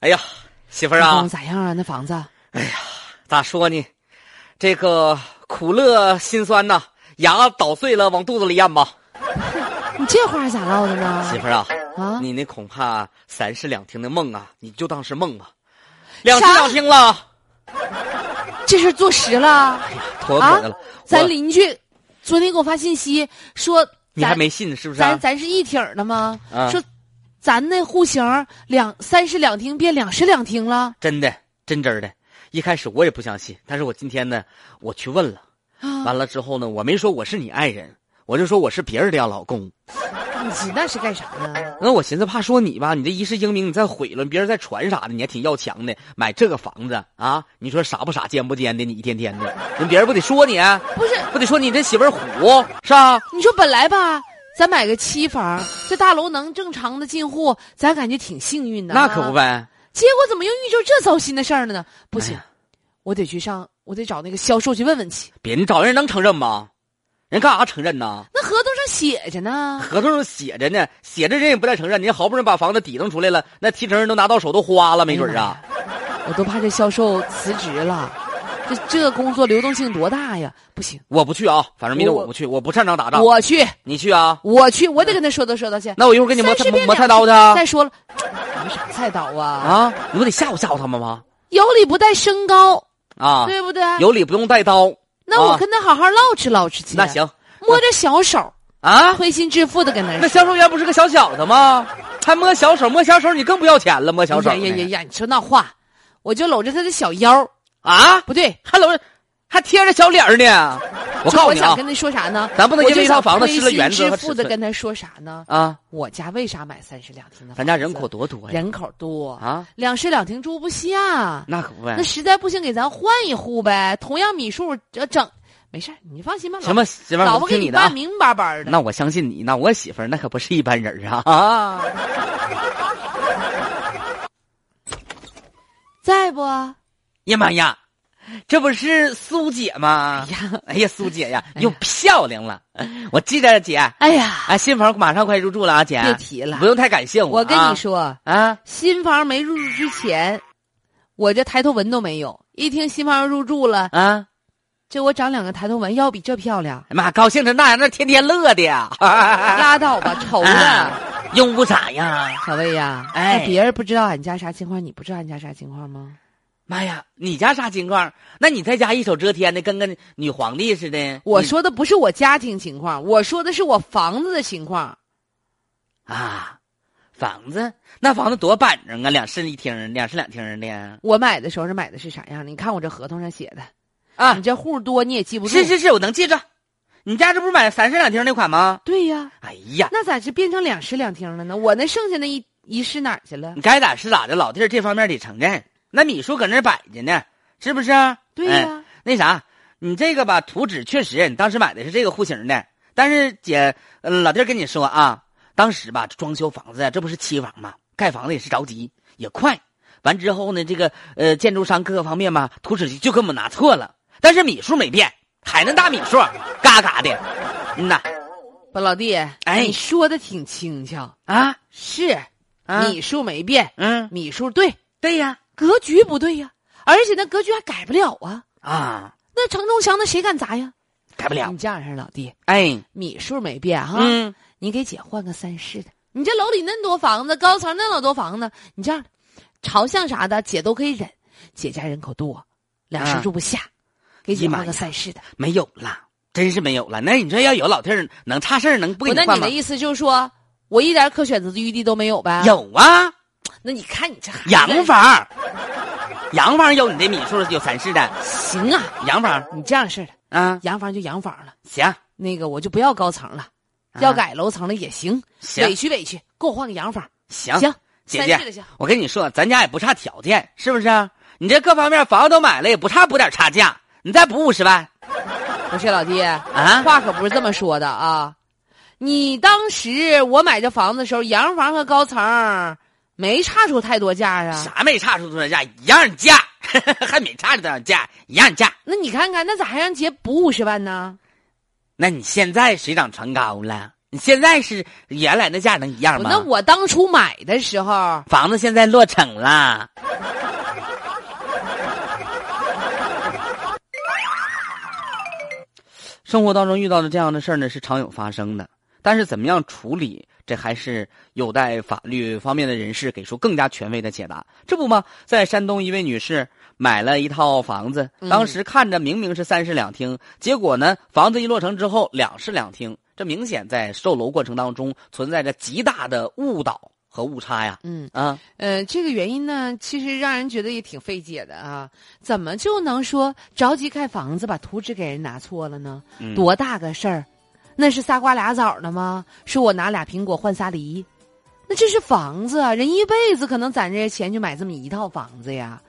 哎呀，媳妇儿房啊子，咋样啊？那房子咋说呢？这个苦乐心酸呐，牙捣碎了往肚子里咽吧。你这话咋唠的媳呢？妇儿啊，啊，你那恐怕三室两厅的梦啊，你就当是梦吧。两室啥两厅了，这事儿坐实了。啊妥妥的了。咱我邻居昨天给我发信息说咱，你还没信是不是啊、咱咱是一挺儿的吗？啊说咱那户型儿两三室两厅变两室两厅了真的，真真儿的。一开始我也不相信，但是我今天呢，我去问了，啊！完了之后呢，我没说我是你爱人，我就说我是别人家老公。你知那是干啥呢？那我寻思怕说你吧，你这一世英名你再毁了，别人再传啥的，你还挺要强的，买这个房子啊？你说傻不傻，奸不奸的？你一天天的，人别人不得说你，啊不是，不得说你这媳妇儿虎是吧？你说本来吧，咱买个期房，这大楼能正常的进户，咱感觉挺幸运的啊。那可不呗，结果怎么又遇着这糟心的事儿了呢？不行，哎呀我得去上，我得找那个销售去问问去。别你找人能承认吗？人干啥承认呢？那合同上写着呢，合同上写着呢，写着人也不带承认。你好不容易把房子抵腾出来了，那提成人都拿到手都花了，没准儿哎啊。我都怕这销售辞职了。这这工作流动性多大呀？不行，我不去啊，反正明天我我不去，我不擅长打仗。我去，你去啊？我去，我得跟他说道说道去。那我一会儿给你磨三十遍磨两菜刀去啊再！说了，有啥菜刀啊？啊，你不得吓唬吓唬他们吗？有理不带身高，啊，对不对？有理不用带刀。那我啊跟他好好唠吃唠吃去。啊那，行摸着小手，啊，推心置腹的跟他那销售员不是个小小子吗？还摸小手，摸小手你更不要钱了，摸小手哎呀那个呀呀呀！你说那话，我就搂着他的小腰，啊，不对，还搂着，还贴着小脸儿呢。我就告诉我你想啊跟他说啥呢？咱不能我因就为一套想房子推失了心原则和置腹尺的寸跟他说啥呢？啊，我家为啥买三室两厅的？咱家人口，多多呀人口多，啊，嗯两室两厅住不下。那可不呗那。实在不行，给咱换一户呗，同样米数，这整没事儿你放心吧。老行吧，媳妇儿，老我婆给听你的啊办。明白白的。那我相信你，那我媳妇儿那可不是一般人儿啊！ 啊，在不？呀妈呀，这不是苏姐吗？呀，哎呀，苏姐呀，哎呀又漂亮了！我记着姐，哎呀，啊，新房马上快入住了啊，姐，别提了不。用太感谢我。我跟你，说，啊，新房没入住之前，我这抬头纹都没有。一听新房入住了，啊，，这我长两个抬头纹，要比这漂亮妈高兴成那样，那天天乐的 呀。拉倒 吧，愁啊的。，用不咋呀？小魏呀，哎那别人不知道俺家啥情况，你不知道俺家啥情况吗？妈呀，你家啥情况？那你在家一手遮天的，跟个女皇帝似的。我你说的不是我家庭情况，我说的是我房子的情况。啊，房子那房子多板正啊，两室一厅，两室两厅的我买的时候是买的是啥样的？你看我这合同上写的，啊你。这户多你也记不住。是是是，我能记着。你家这不是买三室两厅那款吗？对呀，哎呀，那咋是变成两室两厅了呢？我那剩下那一一室哪儿去了你？该咋是咋的，老弟儿这方面得承认。那米数搁那儿摆着呢，是不是啊、对呀、哎那啥，你这个吧，图纸确实，你当时买的是这个户型的。但是姐，呃老弟儿跟你说啊，当时吧，装修房子啊这不是期房嘛，盖房子也是着急，也快。完之后呢，这个呃建筑商各个方面吧，图纸就给我们拿错了，但是米数没变，海南大米数，嘎嘎的。嗯呐，不，老弟，哎你说的挺轻巧，啊，是、啊米数没变，嗯，米数对，对呀，格局不对呀、而且那格局还改不了啊。啊，那承重墙那谁敢砸呀？改不了你。这样式儿，老弟，哎，米数没变哈，嗯，你给姐换个三室的。你这楼里那么多房子，高层那老多房子，你这样的朝向啥的，姐都可以忍。姐家人口多，两室啊住不下，给哎姐呀妈换个呀三室的。没有了，真是没有了。那你说要有老弟儿，能差事儿能不给我你那换你吗的？意思就是说，我一点可选择的余地都没有呗？。有 啊。那你看你这孩子洋房儿，洋房儿有你这米数有三室的行啊，洋房儿你这样式的，啊，洋房就洋房了，行那个我就不要高层了，啊要改楼层了也行，委行屈委屈，给我换个洋房，行，行，姐三室姐，的行。我跟你说，咱家也不差条件，是不是啊？你这各方面房子都买了，也不差补点差价，你再补五十万不是老弟，啊？话可不是这么说的啊。你当时我买这房子的时候，洋房和高层儿没差出太多价啊。啥没差出多少价，一样价， 还没差多少价，一样价。那你看看，那咋还让姐补五十万呢？那你现在水涨船高了，你现在是原来那价能一样吗？那我当初买的时候，房子现在落成了，生活当中遇到的这样的事儿呢是常有发生的，但是怎么样处理，这还是有待法律方面的人士给出更加权威的解答。这不吗？在山东，一位女士买了一套房子，嗯当时看着明明是三室两厅，结果呢，房子一落成之后两室两厅，这明显在售楼过程当中存在着极大的误导和误差呀。嗯，啊，呃，这个原因呢，其实让人觉得也挺费解的啊。怎么就能说着急盖房子把图纸给人拿错了呢？嗯多大个事儿？那是仨瓜俩枣的吗？是我拿俩苹果换仨梨？那这是房子啊，人一辈子可能攒这些钱就买这么一套房子呀。